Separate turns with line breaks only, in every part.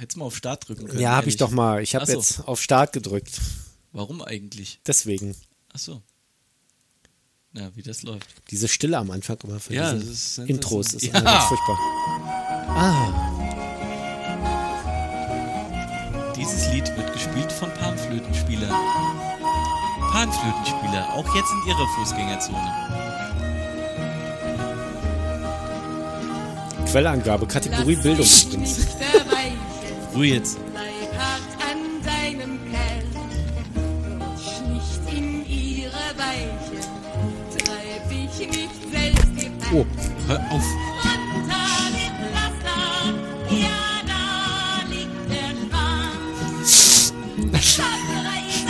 Hättest du mal auf Start drücken können.
Ja, habe ich
ehrlich.
doch mal. Ich habe
Ach so.
jetzt auf Start gedrückt.
Warum eigentlich?
Deswegen.
Ach so. Na, wie das läuft.
Diese Stille am Anfang immer für
Ja,
diese
das ist sensationell.
Intros ist
Ja.
immer ganz furchtbar.
Dieses Lied wird gespielt von Panflötenspielern. Panflötenspieler, auch jetzt in ihrer Fußgängerzone.
Quellangabe, Kategorie Bildung
Lass dich
übrigens.
nicht verweichen,
Ruhe jetzt.
bleib hart an deinem Kerl. Rutsch nicht in ihre Weiche, treib dich nicht selbst gepackt.
Oh,
Hör auf.
Runter mit Laster, ja, da liegt der Schwanz. Schattere ihn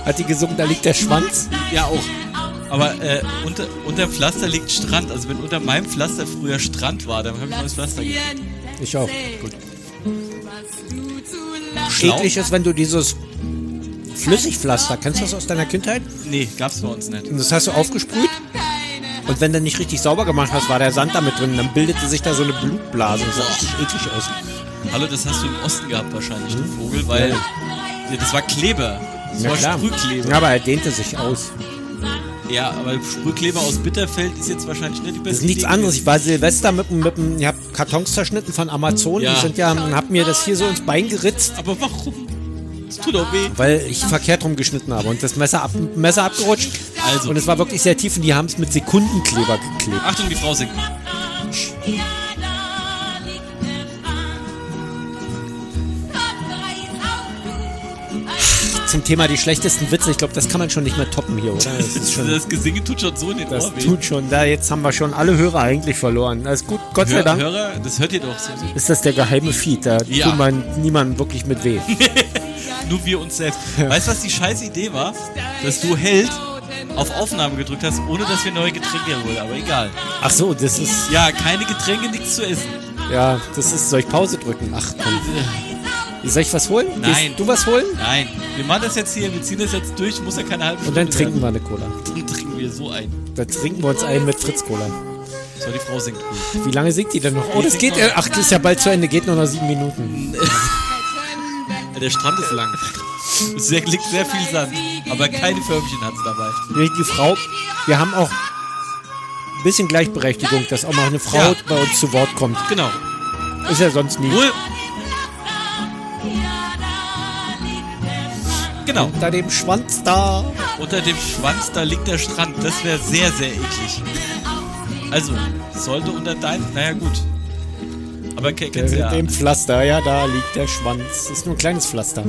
auf,
hat die gesungen, da liegt der Schwanz.
du
Ja, auch.
Deine
Aber äh, unter, unter Pflaster liegt Strand. Also wenn unter meinem Pflaster früher Strand war, dann habe ich mal das Pflaster gekriegt.
Auflassierenden
Ich auch.
Zähne,
Gut.
Was du zu lachen
Schädlich ist, wenn du dieses Flüssigpflaster, kennst du das aus deiner Kindheit?
Nee, gab's bei uns nicht.
Und das hast du aufgesprüht und wenn du nicht richtig sauber gemacht hast, war der Sand damit drin. Dann bildete sich da so eine Blutblase. Das sah richtig eklig aus.
Hallo, das hast du im Osten gehabt wahrscheinlich, den Vogel, weil ja, das war Kleber. Das
Ja,
war
klar.
Sprühkleber.
Aber er dehnte sich aus.
Ja, aber Sprühkleber aus Bitterfeld ist jetzt wahrscheinlich nicht die beste
Das ist nichts
Idee
anderes. Ich
gewesen.
war Silvester mit, dem- mit dem- ich habe Kartons zerschnitten von Amazon.
Ja.
Die sind ja, hab mir das hier so ins Bein geritzt,
Aber warum? Es tut doch weh.
weil ich verkehrt rum geschnitten habe und das Messer, ab, Messer abgerutscht.
Also.
Und es war wirklich sehr tief und die haben es mit Sekundenkleber geklebt.
Achtung, die Frau singt.
Zum Thema die schlechtesten Witze. Ich glaube, das kann man schon nicht mehr toppen hier, oder? Das ist schon.
Das Gesinge tut schon so in den
Das
Ohr weh.
tut schon. Da jetzt haben wir schon alle Hörer eigentlich verloren. Alles gut. Gott sei
Hör,
Dank
Hörer, das hört ihr doch. So, so.
ist das der geheime Feed. Da
Ja.
tut man niemandem wirklich mit weh.
Nur wir uns selbst. Weißt du, was die scheiß Idee war? Dass du Held auf Aufnahme gedrückt hast, ohne dass wir neue Getränke holen. Aber egal.
Ach so, das ist
Ja, keine Getränke, nichts zu essen.
ja, das ist. Soll ich Pause drücken? Ach komm. Soll ich was holen?
Nein.
Gehst Du was holen?
Nein, wir machen das jetzt hier, wir ziehen das jetzt durch, muss ja keine halbe
Und
Stunde
dann trinken wir eine Cola.
wir. Dann trinken wir so ein.
Dann trinken wir uns einen mit Fritz Cola.
So, die Frau singt gut.
Wie lange singt die denn noch? Oh, das
singt
geht.
noch-
äh, Ach, das ist ja bald zu Ende. Geht nur noch sieben Minuten.
Der Strand ist lang. Es liegt sehr viel Sand, aber keine Förmchen hat's dabei.
Nee, Die Frau. Wir haben auch ein bisschen Gleichberechtigung, dass auch mal eine Frau
Ja.
bei uns zu Wort kommt.
Genau.
Ist ja sonst nie.
Ruhe. Genau.
Unter dem Schwanz da.
Unter dem Schwanz, da liegt der Strand. Das wäre sehr, sehr eklig. Also, sollte unter deinem. Naja, gut. Aber ke- kennst du
Mit
ja.
dem Pflaster, ja, da liegt der Schwanz. Ist nur ein kleines Pflaster.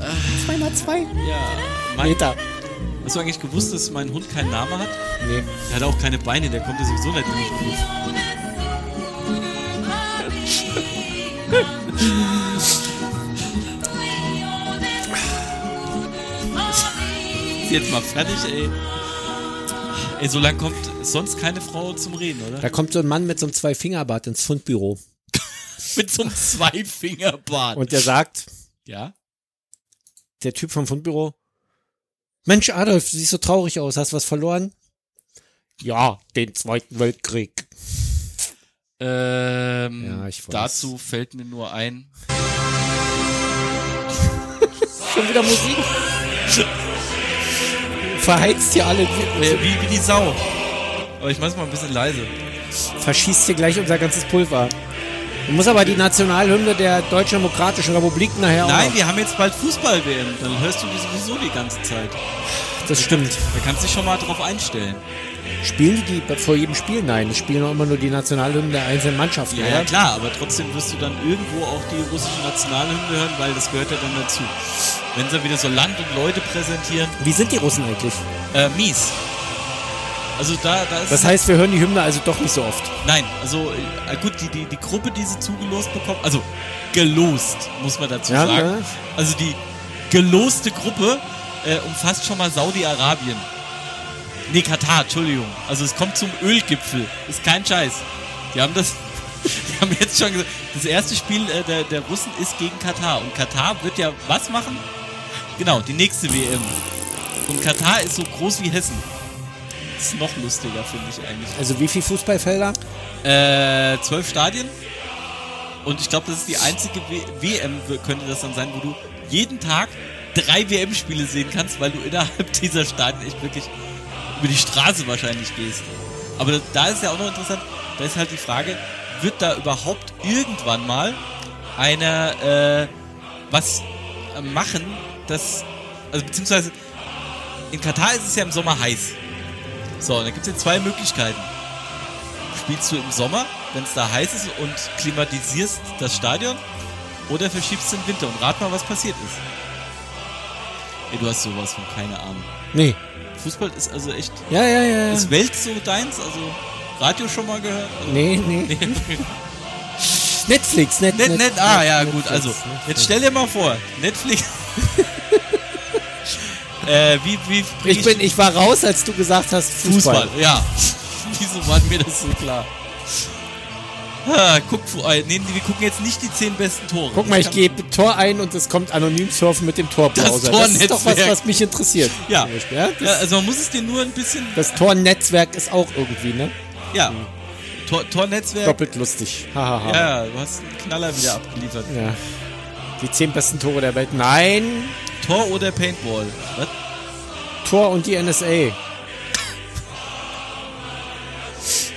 Ah.
Zweimal zwei
ja mein,
Meter.
hast du eigentlich gewusst, dass mein Hund keinen Namen hat?
Nee.
Er hat auch keine Beine, der kommt ja sowieso nicht in den Beruf. Ist Jetzt mal fertig, ey. Ey, so lang kommt sonst keine Frau zum Reden, oder?
Da kommt so ein Mann mit so einem Zwei-Fingerbart ins Fundbüro
Mit so einem Zweifingerbart.
und der sagt,
ja?
der Typ vom Fundbüro, Mensch Adolf, du siehst so traurig aus, hast was verloren? Ja, den Zweiten Weltkrieg.
Ähm,
Ja, ich weiß.
Dazu fällt mir nur ein.
Schon wieder Musik. Verheizt hier alle,
Äh, wie, wie die Sau. Aber ich mach's mal ein bisschen leise.
verschießt hier gleich unser ganzes Pulver. Du musst aber die Nationalhymne der Deutschen Demokratischen Republik nachher auch
Nein,
noch-
wir haben jetzt bald Fußball-WM. Dann hörst du die sowieso die ganze Zeit.
Das stimmt.
Da kannst du dich schon mal drauf einstellen.
Spielen die die vor jedem Spiel? Nein, es spielen auch immer nur die Nationalhymnen der einzelnen Mannschaften.
Ja,
oder?
ja, klar, aber trotzdem wirst du dann irgendwo auch die russische Nationalhymne hören, weil das gehört ja dann dazu. Wenn sie wieder so Land und Leute präsentieren,
Wie sind die Russen eigentlich?
äh, mies. Also da, da ist
Das
es-
heißt, wir hören die Hymne also doch nicht so oft.
Nein, also äh, gut, die, die, die Gruppe, die sie zugelost bekommt, also gelost, muss man dazu
Ja,
sagen.
ne?
Also die geloste Gruppe äh, umfasst schon mal Saudi-Arabien. Nee, Katar, Entschuldigung. Also es kommt zum Ölgipfel. Ist kein Scheiß. Die haben das. Die haben jetzt schon gesagt. Das erste Spiel äh, der, der Russen ist gegen Katar. Und Katar wird ja was machen? Genau, die nächste WM. Und Katar ist so groß wie Hessen. ist noch lustiger, finde ich eigentlich.
Also wie viele Fußballfelder?
Äh, zwölf Stadien. Und ich glaube, das ist die einzige w WM, w- könnte das dann sein, wo du jeden Tag drei WM-Spiele sehen kannst, weil du innerhalb dieser Stadien echt wirklich über die Straße wahrscheinlich gehst. Aber das- da ist ja auch noch interessant, da ist halt die Frage, wird da überhaupt irgendwann mal einer äh, was machen, das, also beziehungsweise in Katar ist es ja im Sommer heiß. So, und da gibt es jetzt zwei Möglichkeiten spielst du im Sommer, wenn es da heiß ist und klimatisierst das Stadion oder verschiebst den Winter und rat mal, was passiert ist. Ey, du hast sowas von keine Ahnung.
Nee.
Fußball ist also echt,
Ja, ja, ja. ja.
ist Welt so deins, also Radio schon mal gehört? Also,
Nee, nee. Netflix, Net,
Net,
Net-
net, ah
Net-
ja
Netflix,
gut, also
Netflix.
jetzt stell dir mal vor, Netflix. äh, wie, wie bring
Ich, bin, ich war raus, als du gesagt hast, Fußball.
Fußball, ja. Wieso war mir das so klar? Ha, guck, fu- äh, nee, wir gucken jetzt nicht die zehn besten Tore.
Guck mal, ich gebe Tor ein und es kommt anonym surfen mit dem Torbrowser. Das, ist doch was,
Tornetzwerk.
was mich interessiert.
Ja.
Zum Beispiel, ja? Das,
Ja, also man muss es dir nur ein bisschen.
das Tornetzwerk ist auch irgendwie, ne?
Ja. Tor, Tornetzwerk.
Doppelt lustig. Hahaha. Ha, ha.
Ja, du hast einen Knaller wieder abgeliefert.
ja. Die zehn besten Tore der Welt. Nein.
Tor oder Paintball? Was?
Tor und die NSA.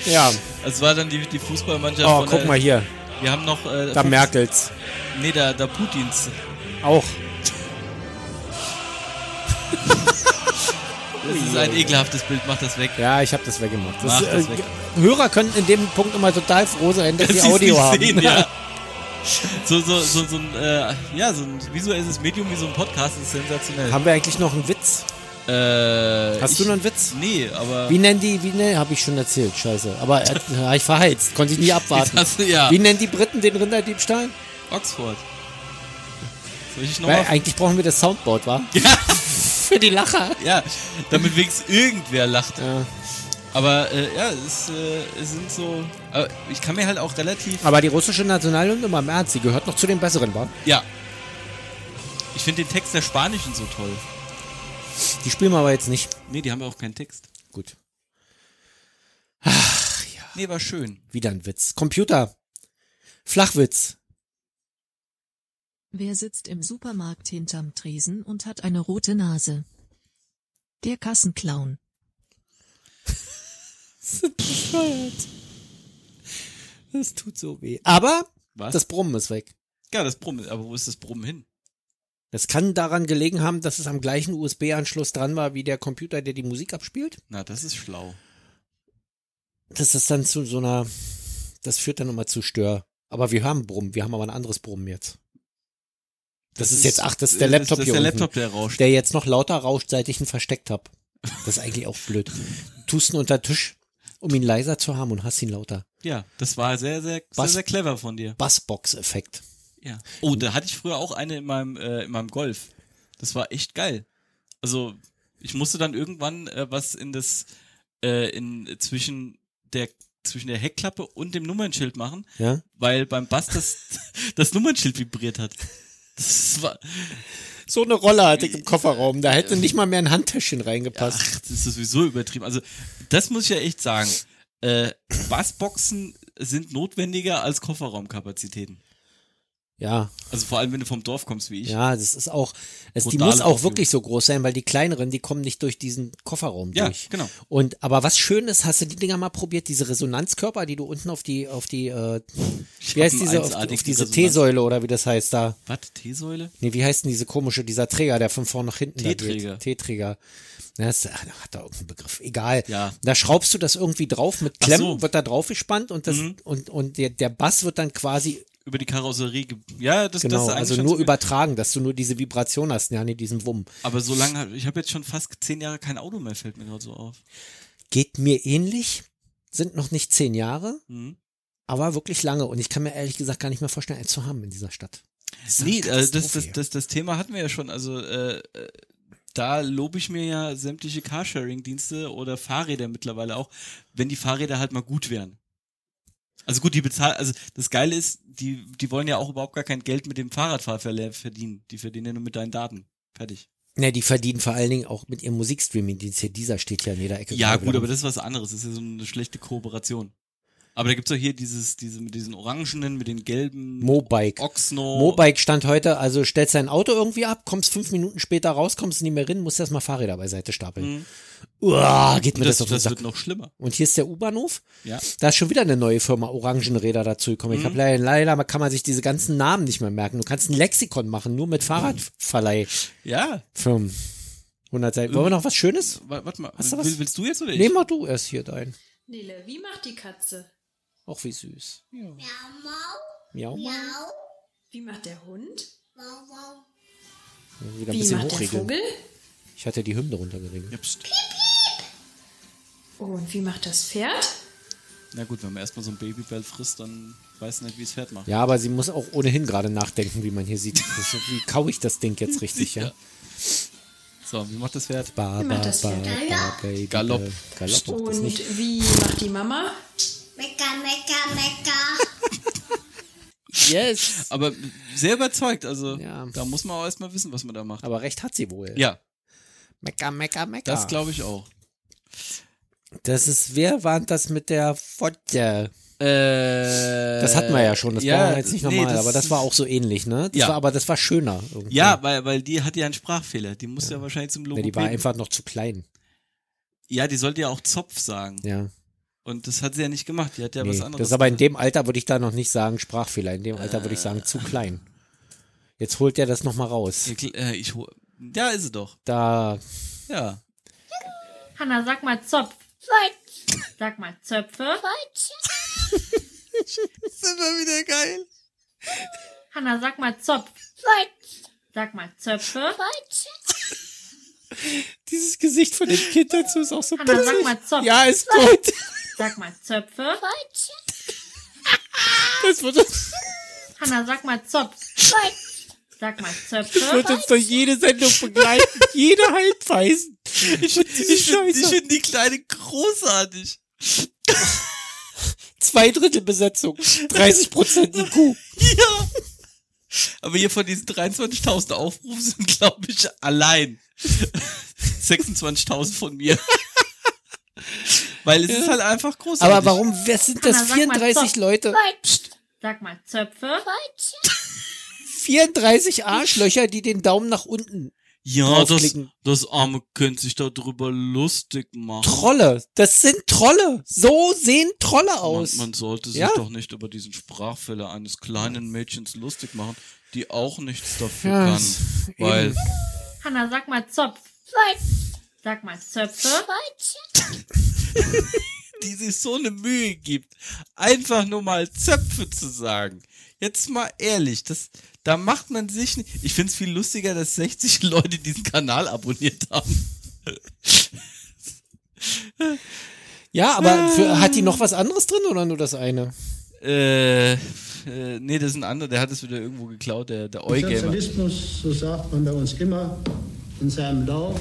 ja.
Das war dann die, die Fußballmannschaft
Oh,
von
guck
der,
mal hier.
Wir haben noch. Äh,
Da
fünf-
Merkels.
Nee, da, da Putins.
Auch.
Das ist ein ekelhaftes Bild, mach das weg.
Ja, ich habe das weggemacht. Das,
Mach
ist,
das
äh,
weg.
Hörer können in dem Punkt immer total froh sein, dass sie
sie's
Audio haben.
sehen, ja. So, so, so, so ein, äh, ja, so ein visuelles Medium wie so ein Podcast ist sensationell.
Haben wir eigentlich noch einen Witz?
äh,
Hast
ich,
du noch einen Witz?
Nee, aber.
Wie nennen die, wie nennen, habe ich schon erzählt, scheiße. Aber äh, hab ich verheizt, konnte ich nie abwarten.
Das, ja.
Wie nennen die Briten den Rinderdiebstahl?
Oxford. Soll ich
Weil
nochmal
eigentlich brauchen wir das Soundboard, wa? Ja. Für die Lacher.
Ja, damit wenigstens irgendwer lacht.
Ja.
Aber äh, ja, es, äh, es sind so. Aber ich kann mir halt auch relativ.
Aber die russische Nationalhymne im Ernst, sie gehört noch zu den besseren, wa?
Ja. Ich finde den Text der Spanischen so toll.
Die spielen wir aber jetzt nicht.
Nee, die haben ja auch keinen Text.
Gut.
Nee, war schön.
Wieder ein Witz. Computer. Flachwitz.
Wer sitzt im Supermarkt hinterm Tresen und hat eine rote Nase? Der Kassenclown.
Das tut so weh. Aber
Was?
das Brummen ist weg.
ja, das Brummen. Aber wo ist das Brummen hin?
Das kann daran gelegen haben, dass es am gleichen USB-Anschluss dran war wie der Computer, der die Musik abspielt.
Na, das ist schlau.
Das ist dann zu so einer, das führt dann immer zu Stör. Aber wir haben Brummen, wir haben aber ein anderes Brummen jetzt. Das, ist jetzt, ach, das ist der
äh,
Laptop
das,
hier
Das ist der
unten,
Laptop, der rauscht.
der jetzt noch lauter rauscht, seit ich ihn versteckt habe. Das ist eigentlich auch blöd. Tust ihn unter den Tisch, um ihn leiser zu haben und hast ihn lauter.
Ja, das war sehr, sehr, sehr,
Was?
sehr clever von dir.
Bassbox-Effekt.
Ja. Oh, da hatte ich früher auch eine in meinem, äh, in meinem Golf. Das war echt geil. Also, ich musste dann irgendwann äh, was in das, äh, in, zwischen der, zwischen der Heckklappe und dem Nummernschild machen,
Ja?
weil beim Bass das, das Nummernschild vibriert hat. Das war,
So eine Rolle hatte ich im Kofferraum, da hätte nicht mal mehr ein Handtäschchen reingepasst.
ach, das ist sowieso übertrieben. Also, das muss ich ja echt sagen. Äh, Bassboxen sind notwendiger als Kofferraumkapazitäten.
Ja,
Also vor allem, wenn du vom Dorf kommst wie ich.
Ja, das ist auch, es, die
Brutale
muss auch
Verfügung.
wirklich so groß sein, weil die kleineren, die kommen nicht durch diesen Kofferraum
Ja,
durch.
genau.
Und aber was schön ist, hast du die Dinger mal probiert, diese Resonanzkörper, die du unten auf die, auf die, äh,
Ich
wie heißt
hab einen
diese, auf, die- auf
einzigartigen
diese
Resonanz-
T-Säule oder wie das heißt da?
Was? T-Säule?
Nee, wie heißt denn diese komische, dieser Träger, der von vorn nach hinten da geht?
T-Träger.
T-Träger. Na, Das ach, da hat da irgendeinen Begriff. Egal.
Ja.
Da schraubst du das irgendwie drauf mit
Ach
Klemmen,
so. Mhm.
wird da drauf gespannt und das, und, und der, der Bass wird dann quasi
über die Karosserie. ge- Ja, das, das
Genau,
ist eigentlich
also
schon
nur
so-
übertragen, dass du nur diese Vibration hast, ja, nee, diesen Wumm.
Aber so lange, ich habe jetzt schon fast zehn Jahre kein Auto mehr, fällt mir gerade so auf.
Geht mir ähnlich, sind noch nicht zehn Jahre,
Mhm.
aber wirklich lange. Und ich kann mir ehrlich gesagt gar nicht mehr vorstellen, eins zu haben in dieser Stadt. Das ist eine
Nee, äh, das,
Katastrophe
das,
hier.
das, das Thema hatten wir ja schon. Also äh, äh, da lobe ich mir ja sämtliche Carsharing-Dienste oder Fahrräder mittlerweile auch, wenn die Fahrräder halt mal gut wären. Also gut, die bezahlen, also das Geile ist, die, die wollen ja auch überhaupt gar kein Geld mit dem Fahrradfahrverleih verdienen. Die verdienen ja nur mit deinen Daten. Fertig.
Ne, die verdienen vor allen Dingen auch mit ihrem Musikstreaming-Dienst hier. Dieser steht ja in jeder Ecke.
Ja,
gerade
gut,
halt wieder.
aber das ist was anderes. Das ist ja so eine schlechte Kooperation. Aber da gibt's doch hier dieses, diese, mit diesen orangenen, mit den gelben
Mobike.
Oxno.
Oh. Mobike stand heute, also stellst dein Auto irgendwie ab, kommst fünf Minuten später raus, kommst nicht mehr rein, musst erstmal Fahrräder beiseite stapeln.
Mhm.
Uah, geht mir
Das, das,
das, auf den Sack.
wird noch schlimmer.
Und hier ist der U-Bahnhof.
Ja. Mhm.
Da ist schon wieder eine neue Firma Orangenräder dazu gekommen. Ich habe leider, leider kann man sich diese ganzen Namen nicht mehr merken. Du kannst ein Lexikon machen, nur mit Fahrradverleihfirmen.
Ja.
100 Seiten. Wollen wir noch was Schönes?
Wa- Warte mal.
Hast du
Will-
was?
Willst du jetzt oder ich?
Nehm mal du erst hier dein.
Nele, wie macht die Katze?
Auch wie süß.
Mau,
Miau.
mau,
Wie macht der Hund?
mau, mau.
Wieder ein
Wie
bisschen
macht der
hochregeln.
Vogel?
Ich hatte die Hymne runtergeregelt.
Ja, pst.
Oh, und wie macht das Pferd?
Na gut, wenn man erstmal so ein Babybell frisst, dann weiß nicht, wie es Pferd macht.
Ja, aber sie muss auch ohnehin gerade nachdenken, wie man hier sieht. Das ist, wie kau ich das Ding jetzt richtig, ja?
So, wie macht das Pferd?
Ba,
Wie
ba,
macht das
ba,
Pferd?
ba, baby,
Galopp.
ba. Galopp macht das nicht.
Und wie macht die Mama?
Mecca, mecca, mecca.
Yes.
Aber sehr überzeugt. Also,
Ja.
da muss man auch erstmal wissen, was man da macht.
Aber recht hat sie wohl.
Ja,
Mecker, mecker, mecker.
das glaube ich auch.
Das ist, wer war das mit der Fotte?
Äh,
Das hatten wir ja schon, das
ja,
brauchen wir jetzt nicht
nee,
nochmal,
das-
aber das war auch so ähnlich, ne? Das
Ja.
war, aber das war schöner. Irgendwie.
Ja, weil, weil die hat ja einen Sprachfehler. Die muss ja, wahrscheinlich zum
Ja,
Logopäden.
die war einfach noch zu klein.
ja, die sollte ja auch Zopf sagen.
Ja.
Und das hat sie ja nicht gemacht. Die hat ja
nee.
was anderes.
Das ist aber in dem Alter würde ich da noch nicht sagen Sprachfehler, in dem Alter würde ich sagen
Äh.
zu klein. Jetzt holt der das nochmal raus.
Ekel- äh, ich hol- Da ist sie doch.
Da,
Ja.
Hanna, sag mal Zopf. Sag mal Zöpfe.
Das ist immer wieder geil.
Hanna, sag mal Zopf. Sag mal Zöpfe.
dieses Gesicht von dem Kind dazu ist auch so
Hanna, sag
putzig.
mal Zopf.
Ja, ist gut.
Sag mal Zöpfe.
Das wird, das
Hanna, sag mal Zopf. Sag mal Zöpfe.
wird uns durch jede Sendung begleiten. Jede Halbweisen. Ich,
Ich finde find die Kleine großartig.
Zwei Drittel Besetzung, 30 Prozent IQ.
Ja. Aber hier von diesen 23.000 Aufrufen sind, glaube ich, allein 26.000 von mir. Weil es ist halt einfach großartig.
Aber warum, wer sind das?
Hanna, sag mal,
34
Zopf.
Leute,
Sag mal Zöpfe.
34 Arschlöcher, die den Daumen nach unten.
Ja, das,
draufklicken?
das arme Kind sich da drüber lustig machen.
Trolle. Das sind Trolle. So sehen Trolle aus.
Man, man sollte sich
Ja.
doch nicht über diesen Sprachfehler eines kleinen Mädchens lustig machen, die auch nichts dafür
Ja,
kann.
es-
Weil,
Hanna, sag mal Zopf. Sag mal Zöpfe.
die sich so eine Mühe gibt, einfach nur mal Zöpfe zu sagen. Jetzt mal ehrlich, das, da macht man sich nicht. Ich find's viel lustiger, dass 60 Leute diesen Kanal abonniert haben.
ja, aber für, hat die noch was anderes drin oder nur das eine?
Äh, äh nee, das ist ein anderer, der hat es wieder irgendwo geklaut, der, der Eugamer.
Sozialismus, so sagt man bei uns immer, in seinem Lauf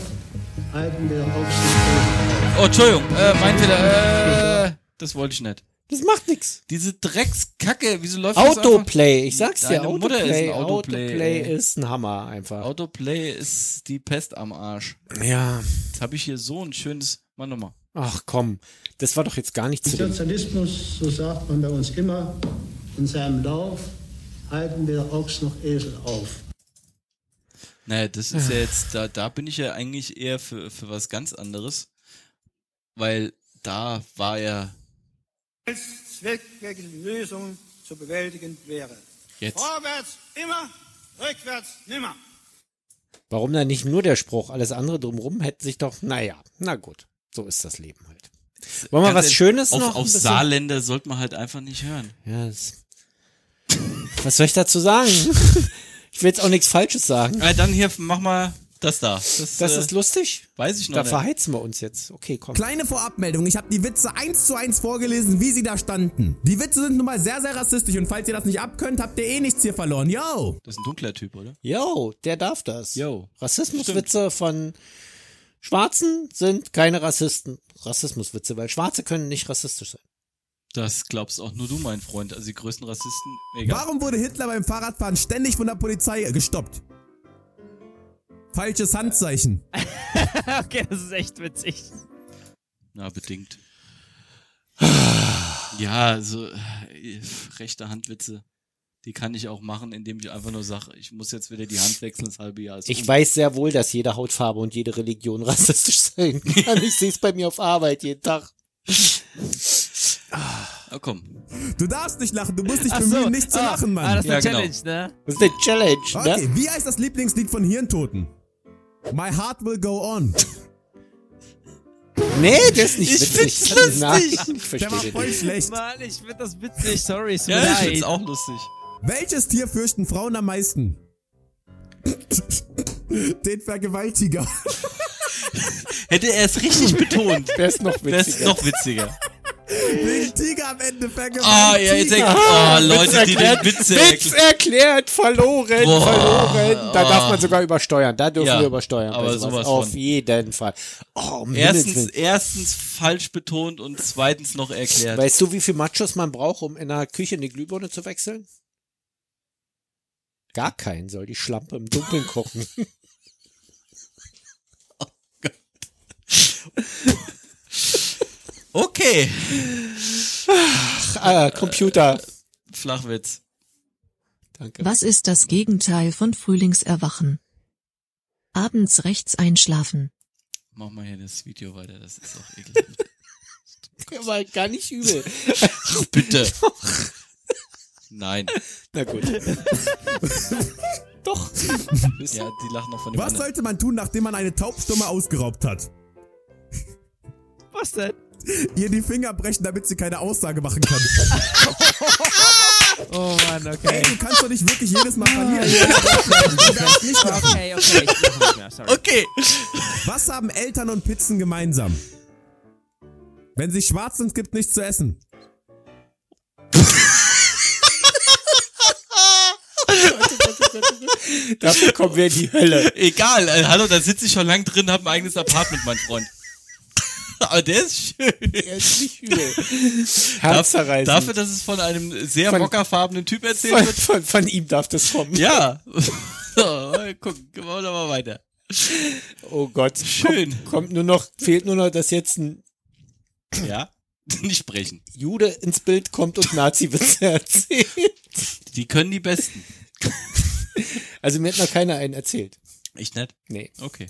halten wir auf
Oh, Entschuldigung, äh, mein Fehler, äh, das wollte ich nicht.
Das macht nix.
Diese Dreckskacke, wieso läuft das einfach?
Autoplay, ich sag's dir,
Deine Mutter ist
Autoplay,
ein Autoplay, ey.
Autoplay ist ein Hammer einfach.
Autoplay ist die Pest am Arsch.
ja,
Jetzt habe ich hier so ein schönes. Mal nochmal.
ach komm, das war doch jetzt gar nicht zu
den
dem.
Sozialismus, so sagt man bei uns immer, in seinem Lauf halten wir Ochs noch Esel auf.
Naja, das ist ja jetzt, da, da bin ich ja eigentlich eher für, für was ganz anderes. Weil da war ja
als zweckmäßige Lösung zu bewältigen wäre.
jetzt.
Vorwärts immer, rückwärts nimmer.
Warum dann nicht nur der Spruch? Alles andere drumrum hätte sich doch, naja, na gut, so ist das Leben halt. Wollen wir
Ganz
was
ehrlich,
Schönes
auf,
noch? ein
Auf
bisschen?
Saarländer sollte man halt einfach nicht hören.
Ja, das was soll ich dazu sagen? Ich will jetzt auch nichts Falsches sagen.
Äh, dann hier, mach mal das da. Das,
Das
äh,
ist lustig.
weiß ich noch
Da
nicht.
verheizen wir uns jetzt. Okay, komm.
Kleine Vorabmeldung, ich habe die Witze eins zu eins vorgelesen, wie sie da standen. Die Witze sind nun mal sehr, sehr rassistisch und falls ihr das nicht abkönnt, habt ihr eh nichts hier verloren. Yo!
Das ist ein dunkler Typ, oder?
Yo, der darf das.
Yo.
Rassismuswitze von Schwarzen sind keine Rassisten. Rassismuswitze, weil Schwarze können nicht rassistisch sein.
Das glaubst auch nur du, mein Freund. Also die größten Rassisten, egal.
Warum wurde Hitler beim Fahrradfahren ständig von der Polizei gestoppt? Falsches Handzeichen.
okay, das ist echt witzig.
Na, bedingt. Ja, also äh, rechte Handwitze. Die kann ich auch machen, indem ich einfach nur sage, ich muss jetzt wieder die Hand wechseln, das halbe Jahr ist
Ich
um.
weiß sehr wohl, dass jede Hautfarbe und jede Religion rassistisch sein kann. Ich sehe es bei mir auf Arbeit jeden Tag.
Ah, komm.
Du darfst nicht lachen, du musst dich
Ach
bemühen,
so,
nicht zu
ah,
lachen, Mann.
ah, das ist eine Ja, genau. Challenge, ne?
Das ist eine Challenge, ne?
Okay, wie heißt das Lieblingslied von Hirntoten? My Heart Will Go On.
Nee, das ist nicht
Ich
witzig.
find's lustig.
Nein, ich
Der war
verstehe
voll
den nicht.
schlecht.
Mann, ich find das witzig. Sorry, es tut mir
Ja, ich find's
leid.
auch lustig.
Welches Tier fürchten Frauen am meisten? Den Vergewaltiger.
Hätte er es richtig betont,
Der ist noch
wäre es
witziger.
noch witziger.
Den Tiger am Ende vergewaltigt.
Ah, ja, jetzt denkt, oh,
Witz
Leute, die den
erklärt,
Witze
Witz erklärt, verloren,
Boah. Ah.
verloren. Da darf man sogar übersteuern. Da dürfen
Ja,
wir übersteuern. bei
aber
sowas.
sowas
Auf
von.
jeden Fall. Oh, um Himmels
Erstens,
Willen.
erstens falsch betont und zweitens noch erklärt.
Weißt du, wie viel Machos man braucht, um in der Küche eine Glühbirne zu wechseln? Gar keinen soll die Schlampe im Dunkeln kochen.
Okay,
ah, Computer.
Flachwitz.
Danke.
Was ist das Gegenteil von Frühlingserwachen? Abends rechts einschlafen.
Mach mal hier das Video weiter, das ist auch ekelhaft.
Der war gar nicht übel.
Ach, bitte. Nein.
Na gut. Doch.
Ja, die lachen noch von dem
Was
anderen.
sollte man tun, nachdem man eine Taubstumme ausgeraubt hat?
Was denn?
Ihr die Finger brechen, damit sie keine Aussage machen kann.
Oh Mann,
Ey,
okay. Ah,
du kannst doch nicht wirklich jedes Mal verlieren. Du kannst nicht schlafen, du kannst nicht schlafen.
Okay, okay, ich mach nicht mehr, sorry.
Okay.
Was haben Eltern und Pizzen gemeinsam? Wenn sie schwarz sind, gibt nichts zu essen.
Dafür kommen wir in die Hölle.
Egal, äh, hallo, da sitze ich schon lang drin, hab ein eigenes Apartment, mein Freund. Aber der ist schön.
Er ist nicht übel.
Darf-
Herzzerreißend.
Dafür, dass es von einem sehr
Von-
mockerfarbenen Typ erzählt
von,
wird.
von, von ihm darf das kommen.
Ja. So, mal gucken, gehen wir doch mal weiter.
Oh Gott.
Schön.
Kommt, kommt nur noch, fehlt nur noch, dass jetzt ein
Ja? Nicht sprechen.
Jude ins Bild kommt und Nazi-Witze erzählt.
Die können die Besten.
Also mir hat noch keiner einen erzählt.
Ich nicht?
Nee.
Okay.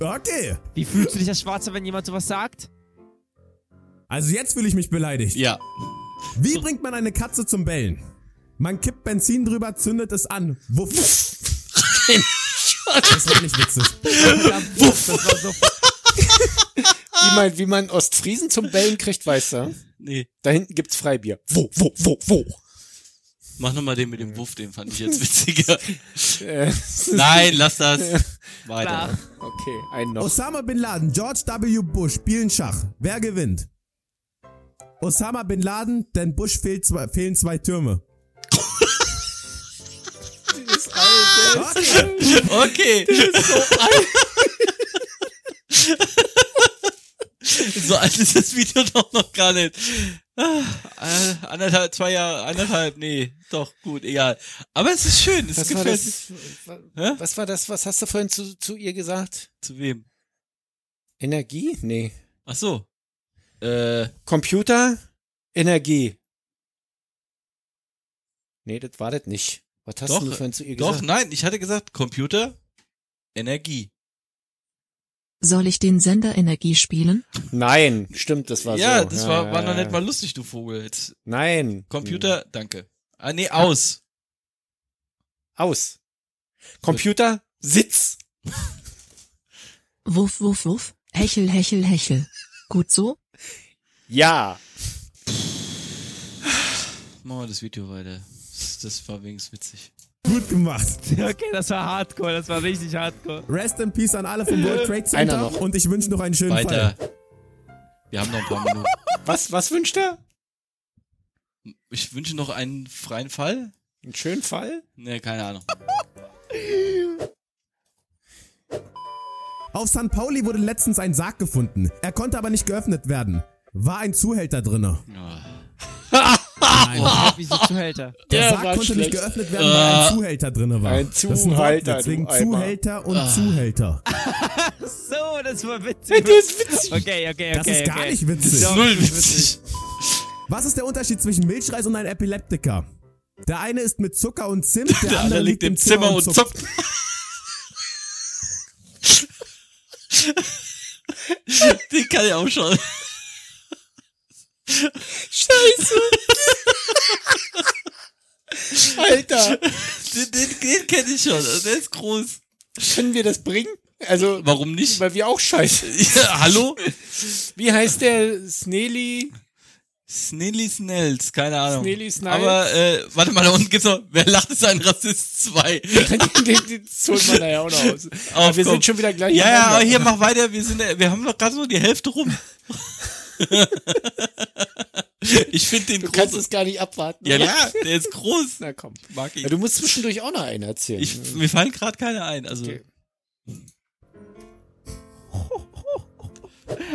Okay.
Wie fühlst du dich als Schwarzer, wenn jemand sowas sagt?
Also jetzt fühle ich mich beleidigt.
Ja.
Wie bringt man eine Katze zum Bellen? Man kippt Benzin drüber, zündet es an. Wuff. das war nicht witzig.
Verdammt, das war so
Wie man, wie man Ostfriesen zum Bellen kriegt, weißt du?
Nee.
Da hinten gibt's Freibier. Wo, wo, wo, wo?
Mach nochmal den mit dem Wuff, den fand ich jetzt witziger.
Äh,
Nein, lass das. Weiter.
flach.
okay, einen noch.
Osama Bin Laden, George W. Bush spielen Schach. Wer gewinnt? Osama Bin Laden, denn Bush fehlt zwei, fehlen zwei Türme. Okay.
Okay. so alt ist das Video doch noch gar nicht. Ah, äh, anderthalb, zwei Jahre, anderthalb, nee, doch, gut, egal. Aber es ist schön, es
Was war,
gefällt
das,
Hä?
was war das? Was hast du vorhin zu, zu ihr gesagt?
Zu wem?
Energie? Nee.
Ach so. Äh,
Computer? Energie. Nee, das war das nicht. Was hast
Doch,
du vorhin zu ihr
doch, ne?
gesagt?
nein, ich hatte gesagt, Computer, Energie.
Soll ich den Sender Energie spielen?
Nein, stimmt, das war
ja,
so.
das war, war noch
ja,
nicht mal lustig, du Vogel. Jetzt,
Nein. Hm.
Computer, danke. Ah, nee, aus.
Aus. Computer? Sitz.
Wuff, wuff, wuff. Hechel, hechel, hechel. Gut so?
Ja.
Machen wir das Video weiter. Das- Das war wenigstens witzig.
Gut gemacht.
Okay, das war hardcore, das war richtig hardcore.
Rest in Peace an alle vom World Trade Center.
Einer noch.
Und ich wünsche noch einen schönen
Weiter.
Fall.
Wir haben noch ein paar Minuten.
Was, was wünscht er?
Ich wünsche noch einen freien Fall.
Einen schönen Fall?
Ne, keine Ahnung.
Auf St. Pauli wurde letztens ein Sarg gefunden. Er konnte aber nicht geöffnet werden. War ein Zuhälter drinne.
Ja.
Nein, wie so Zuhälter.
Der,
Der
Sarg
war
konnte
schlecht.
nicht geöffnet werden, weil
Äh,
ein Zuhälter drin war.
ein
Das ist Wort,
Zuhälter,
Deswegen
du Eimer.
Zuhälter und
Ah.
Zuhälter.
so, das war
Hey,
witzig.
das ist witzig.
Okay, okay, okay.
Das ist gar
okay.
nicht witzig.
Das ist null witzig.
Was ist der Unterschied zwischen Milchreis und einem Epileptiker? Der eine ist mit Zucker und Zimt, der,
Der
andere liegt im Zimmer und zuckt.
Den kann ich auch schon.
Scheiße. Alter.
Den, den, den kenne ich schon. Der ist groß.
Können wir das bringen? Also,
Warum nicht?
Weil wir auch scheiße.
Ja, hallo?
Wie heißt der? Snelly?
Snilly Snells, keine Ahnung.
Snilly Snells.
Aber, äh, warte mal, da unten gibt's noch, wer lacht ist ein Rassist 2.
den, den holen wir nachher auch noch aus. Aber wir sind schon wieder gleich
Ja, ja,
aneinander.
aber hier, mach weiter, wir sind, äh, wir haben noch gerade so die Hälfte rum. ich finde den
Du kannst es gar nicht abwarten.
Ja,
oder?
ja, der ist groß.
Na komm.
Mag ich.
Ja, du musst zwischendurch auch noch einen erzählen.
Ich, mir fallen gerade keine ein, also.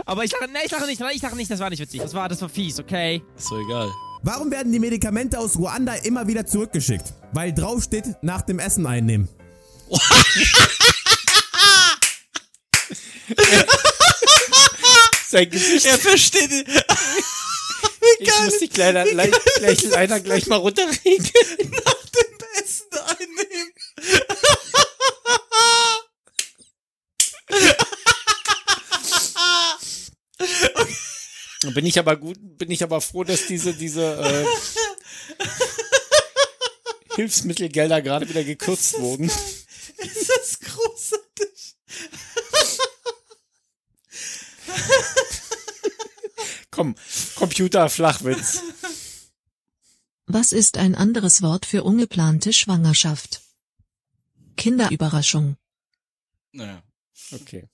Aber ich lache, nein, ich lache nicht, nein, ich lache nicht, das war nicht witzig. Das war, das war fies, okay?
Ist doch egal.
Warum werden die Medikamente aus Ruanda immer wieder zurückgeschickt? Weil drauf steht, nach dem Essen einnehmen.
Sein Gesicht.
Er versteht ihn.
ich muss die Kleider gleich, gleich, leider gleich mal runterregeln.
Essen einnehmen.
Dann Bin ich aber gut, bin ich aber froh, dass diese, diese äh, Hilfsmittelgelder gerade wieder gekürzt wurden.
Ist das großartig?
Komm, Computerflachwitz.
Was ist ein anderes Wort für ungeplante Schwangerschaft? Kinderüberraschung.
Naja.
Okay.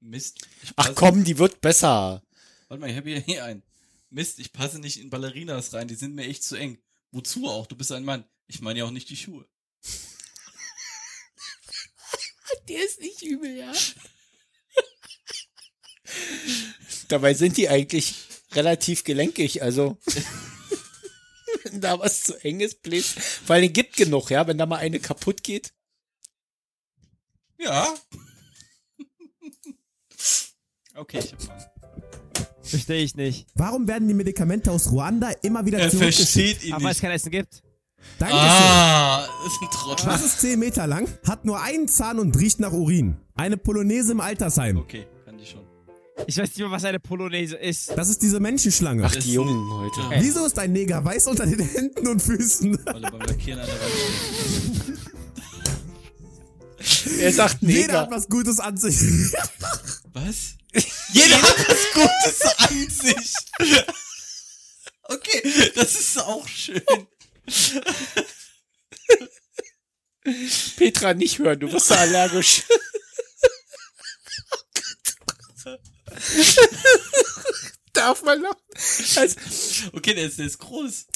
Mist. ich
Ach
passe-
komm, die wird besser.
Warte mal, ich habe hier, hier einen. Mist, ich passe nicht in Ballerinas rein, die sind mir echt zu eng. Wozu auch? Du bist ein Mann. Ich meine ja auch nicht die Schuhe.
Der ist nicht übel, ja. Dabei sind die eigentlich relativ gelenkig, also. wenn da was zu eng ist, bläst. Vor allem gibt genug, ja, wenn da mal eine kaputt geht.
Ja. okay, ich hab mal.
Verstehe ich nicht.
Warum werden die Medikamente aus Ruanda immer wieder
Er
zurückgeschickt?
versteht ihn
Aber weil es kein Essen gibt.
Danke
Ah, ist ein Trottel.
Was ist 10 Meter lang, hat nur einen Zahn und riecht nach Urin? Eine Polonaise im Altersheim.
Okay, kann die schon.
Ich weiß nicht mehr, was eine Polonaise ist.
Das ist diese Menschenschlange.
Ach, die Jungen heute.
Wieso ist ein Neger weiß unter den Händen und Füßen?
Weil er beim Lackieren an der Wand steht.
Er sagt
Jeder
Neger.
hat was Gutes an sich.
Was? Jeder hat was Gutes an sich. Okay, das ist auch schön.
Petra nicht hören, du bist allergisch. darf man lachen? Also,
Okay, der ist, der ist groß.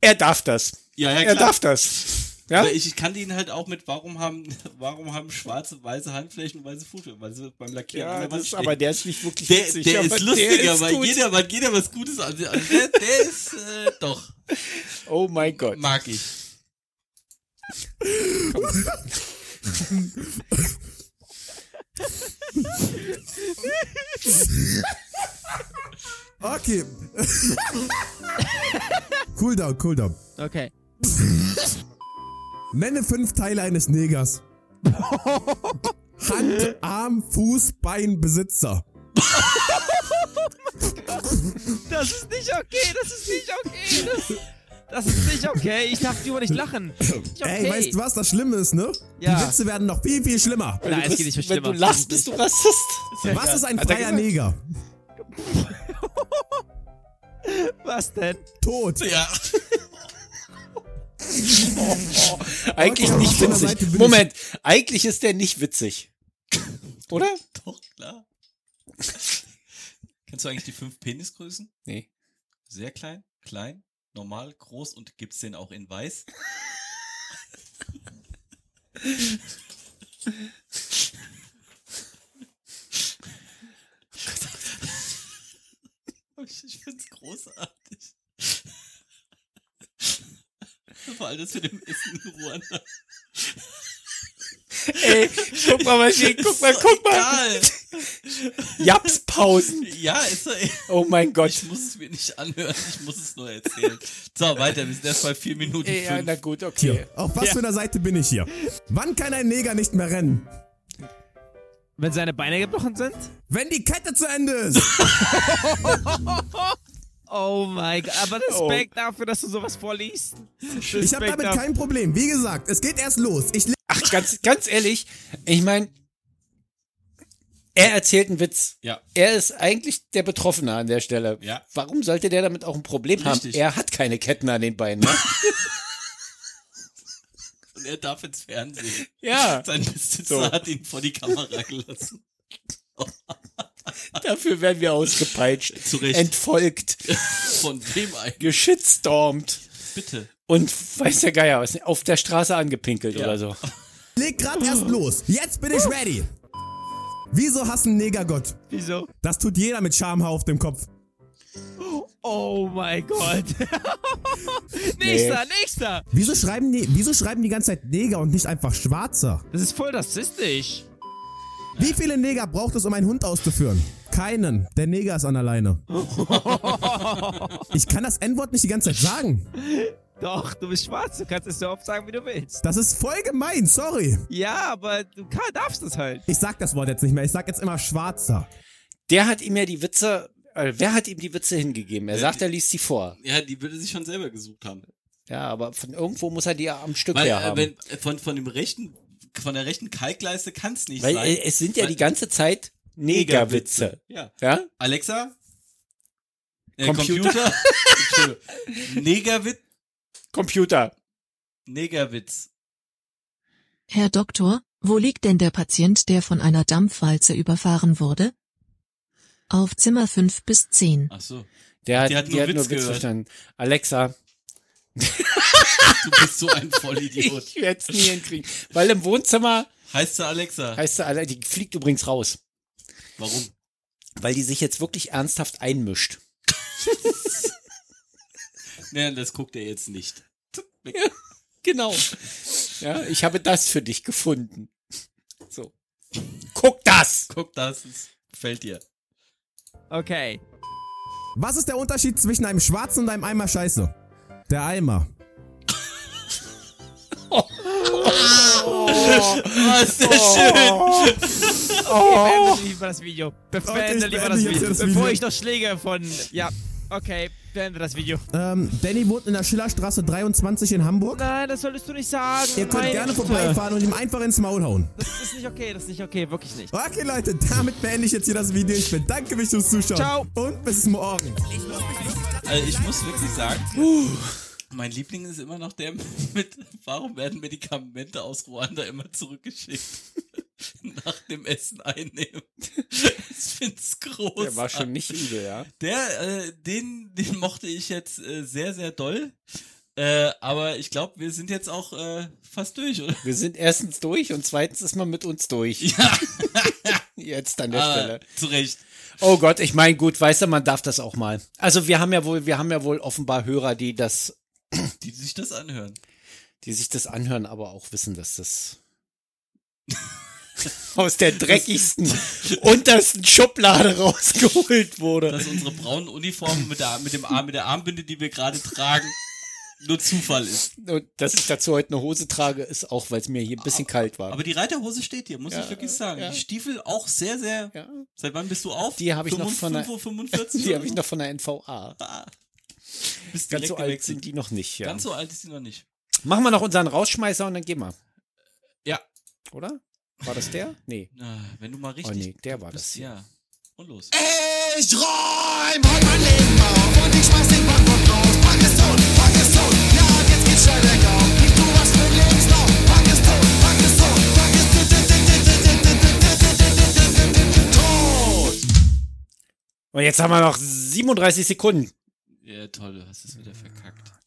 er darf das.
Ja, ja,
er darf das. Ja?
Aber Ich, ich kannte ihn halt auch mit, warum haben, warum haben schwarze, weiße Handflächen und weiße Fußflächen? Weil sie beim Lackieren an
Ja,
der
das
Wand
ist,
stehen.
aber der ist nicht wirklich
der,
witzig.
der
aber
ist lustiger,
ist
weil
gut.
jeder, weil jeder was Gutes an sich. Also der, der ist, äh, doch,
Oh mein Gott.
mag ich.
Okay. cool down, cool down.
Okay.
Nenne fünf Teile eines Negers. Hand, Arm, Fuß, Bein, Besitzer.
Das ist nicht okay, das ist nicht okay. Das, das ist nicht okay. Ich darf darüber nicht lachen. Nicht okay.
Ey, weißt du was das Schlimme ist, ne? Die
Ja.
Witze werden noch viel, viel schlimmer.
Wenn
Nein,
du
es geht nicht
bist-
viel
wenn du
schlimmer.
lachst, bist du Rassist.
Was ist ein
Hat er
freier
gesagt?
Neger?
Was denn?
Tot.
Ja.
Eigentlich
Okay, auf
nicht
der Seite
witzig.
bin ich-
Moment, eigentlich ist der nicht witzig. Oder?
Doch, klar. Kennst du eigentlich die fünf Penisgrößen?
Nee.
Sehr klein, klein, normal, groß und gibt's den auch in weiß? Ich find's großartig. vor allem das mit dem Essen in Ruanda.
Ey, guck mal, was hier, guck mal, guck mal.
Egal.
Japspausen.
Ja, ist doch egal.
Oh mein Gott.
Ich muss es mir nicht anhören, ich muss es nur erzählen. So, weiter, wir sind erst bei 4 Minuten
Ey, ja,
5.
na gut, okay.
Hier, auf was für einer Seite bin ich hier? Wann kann ein Neger nicht mehr rennen?
Wenn seine Beine gebrochen sind?
Wenn die Kette zu Ende ist.
Oh mein Gott, aber Respekt dafür, dass du sowas vorliest. Respekt
Ich habe damit
dafür.
kein Problem. Wie gesagt, es geht erst los. Ich le-
Ach, ganz, ganz ehrlich, ich meine, er erzählt einen Witz.
Ja,
Er ist eigentlich der Betroffene an der Stelle.
Ja.
Warum sollte der damit auch ein Problem haben?
Richtig.
Er hat keine Ketten an den Beinen. Ne?
und er darf ins Fernsehen.
ja,
Sein Besitzer
So.
hat ihn vor die Kamera gelassen.
dafür werden wir ausgepeitscht,
Zu Recht.
entfolgt,
Von dem eigentlich?
geschitstormt
Bitte.
und weiß der Geier was, auf der Straße angepinkelt
Ja.
oder so.
leg
Uh.
grad erst los. Jetzt bin ich ready. Wieso hassen Neger Gott?
Wieso?
Das tut jeder mit Schamhaar auf dem Kopf.
Oh mein Gott. nächster, nächster.
Wieso schreiben, die, wieso schreiben die ganze Zeit Neger und nicht einfach Schwarzer?
Das ist voll rassistisch.
Wie viele Neger braucht es, um einen Hund auszuführen? Keinen. Der Neger ist an alleine. Ich kann das N-Wort nicht die ganze Zeit sagen.
Doch, du bist schwarz, du kannst es so oft sagen, wie du willst.
Das ist voll gemein, sorry.
Ja, aber du kann, darfst das halt.
Ich sag das Wort jetzt nicht mehr, ich sag jetzt immer Schwarzer.
Der hat ihm ja die Witze, äh, wer hat ihm die Witze hingegeben? Er
Ja,
sagt,
die-
er liest sie vor.
Ja, die würde sich schon selber gesucht haben.
Ja, aber von irgendwo muss er die ja am Stück
Weil,
her
äh,
haben.
wenn, von, von dem rechten, von der rechten Kalkleiste kann es nicht
Weil
sein.
äh, es sind ja
Weil-
die ganze Zeit Negerwitze.
Ja.
Ja?
Alexa? Äh,
Computer?
Computer? Entschuldigung. Negerwitz?
Computer.
Negerwitz.
Herr Doktor, wo liegt denn der Patient, der von einer Dampfwalze überfahren wurde? Auf Zimmer 5 bis 10.
Ach so.
Der hat,
Die
die
hat
hat
nur
nur Witz,
Witz gehört.
verstanden. Alexa,
Du bist so ein Vollidiot.
ich werde es nie hinkriegen. Weil im Wohnzimmer
Heißt sie Alexa?
heißt sie alle, die fliegt übrigens raus.
Warum?
Weil die sich jetzt wirklich ernsthaft einmischt.
Nein, das guckt er jetzt nicht.
Genau. Ja, ich habe das für dich gefunden. So. Guck das!
Guck, das ist, gefällt dir.
Okay.
Was ist der Unterschied zwischen einem Schwarzen und einem Eimer Scheiße? Der Eimer.
Oh, ist der schön.
Beende lieber das Video. Be-
Leute,
Oh. Beende
ich
lieber
beende
das
jetzt
Video.
das
Bevor
Video.
ich noch Schläge von. Ja. Okay, beende das Video.
Ähm, Danny wohnt in der Schillerstraße 23 in Hamburg.
Nein, das solltest du nicht sagen.
Ihr könnt
Meine
gerne
Güte.
vorbeifahren und ihm einfach ins Maul hauen.
Das ist nicht okay, das ist nicht okay, wirklich nicht.
Okay, Leute, damit beende ich jetzt hier das Video. Ich bedanke mich fürs Zuschauen.
Ciao.
Und bis morgen.
Also ich muss wirklich sagen, mein Liebling ist immer noch der mit, warum werden Medikamente aus Ruanda immer zurückgeschickt? Nach dem Essen einnehmen. Ich find's groß.
Der war schon nicht übel, ja.
Der, äh, den, den mochte ich jetzt äh, sehr, sehr doll. Äh, aber ich glaube, wir sind jetzt auch äh, fast durch, oder?
Wir sind erstens durch und zweitens ist man mit uns durch.
Ja.
Jetzt an der Stelle.
Ah, zu Recht.
Oh Gott, ich meine, gut, weißt du, man darf das auch mal. Also wir haben ja wohl, wir haben ja wohl offenbar Hörer, die das,
Die sich das anhören.
die sich das anhören, aber auch wissen, dass das aus der dreckigsten, untersten Schublade rausgeholt wurde.
Dass unsere braunen Uniformen mit der, mit dem Arm, mit der Armbinde, die wir gerade tragen, nur Zufall ist.
Und dass ich dazu heute eine Hose trage, ist auch, weil es mir hier ein bisschen kalt war.
Ah, Aber die Reiterhose steht hier, muss
Ja,
ich wirklich sagen.
ja.
Die Stiefel auch sehr, sehr.
Ja.
Seit wann bist du auf?
Die habe ich noch von der-
5 Uhr 45
die habe ich noch von der NVA.
Ah. Bis
Ganz so alt sind die noch nicht, ja.
Ganz so alt ist die noch nicht.
Machen wir noch unseren Rausschmeißer und dann gehen wir.
Ja.
Oder? War das der? Nee.
Ah, Wenn du mal
Oh
richtig.
nee, der war
bist,
das.
ja. Und los.
Ich räum heute mein Leben auf und ich schmeiß den Bankrock raus. Pack es tot, pack es tot. Ja, und jetzt geht's schnell bergauf. Ich tu was für Lebenslauf. Pack es tot, pack es tot, pack es tot, tot, tot, tot, tot, tot, tot, tot, tot, tot.
Und jetzt haben wir noch 37 Sekunden.
Ja, toll, du hast es wieder verkackt.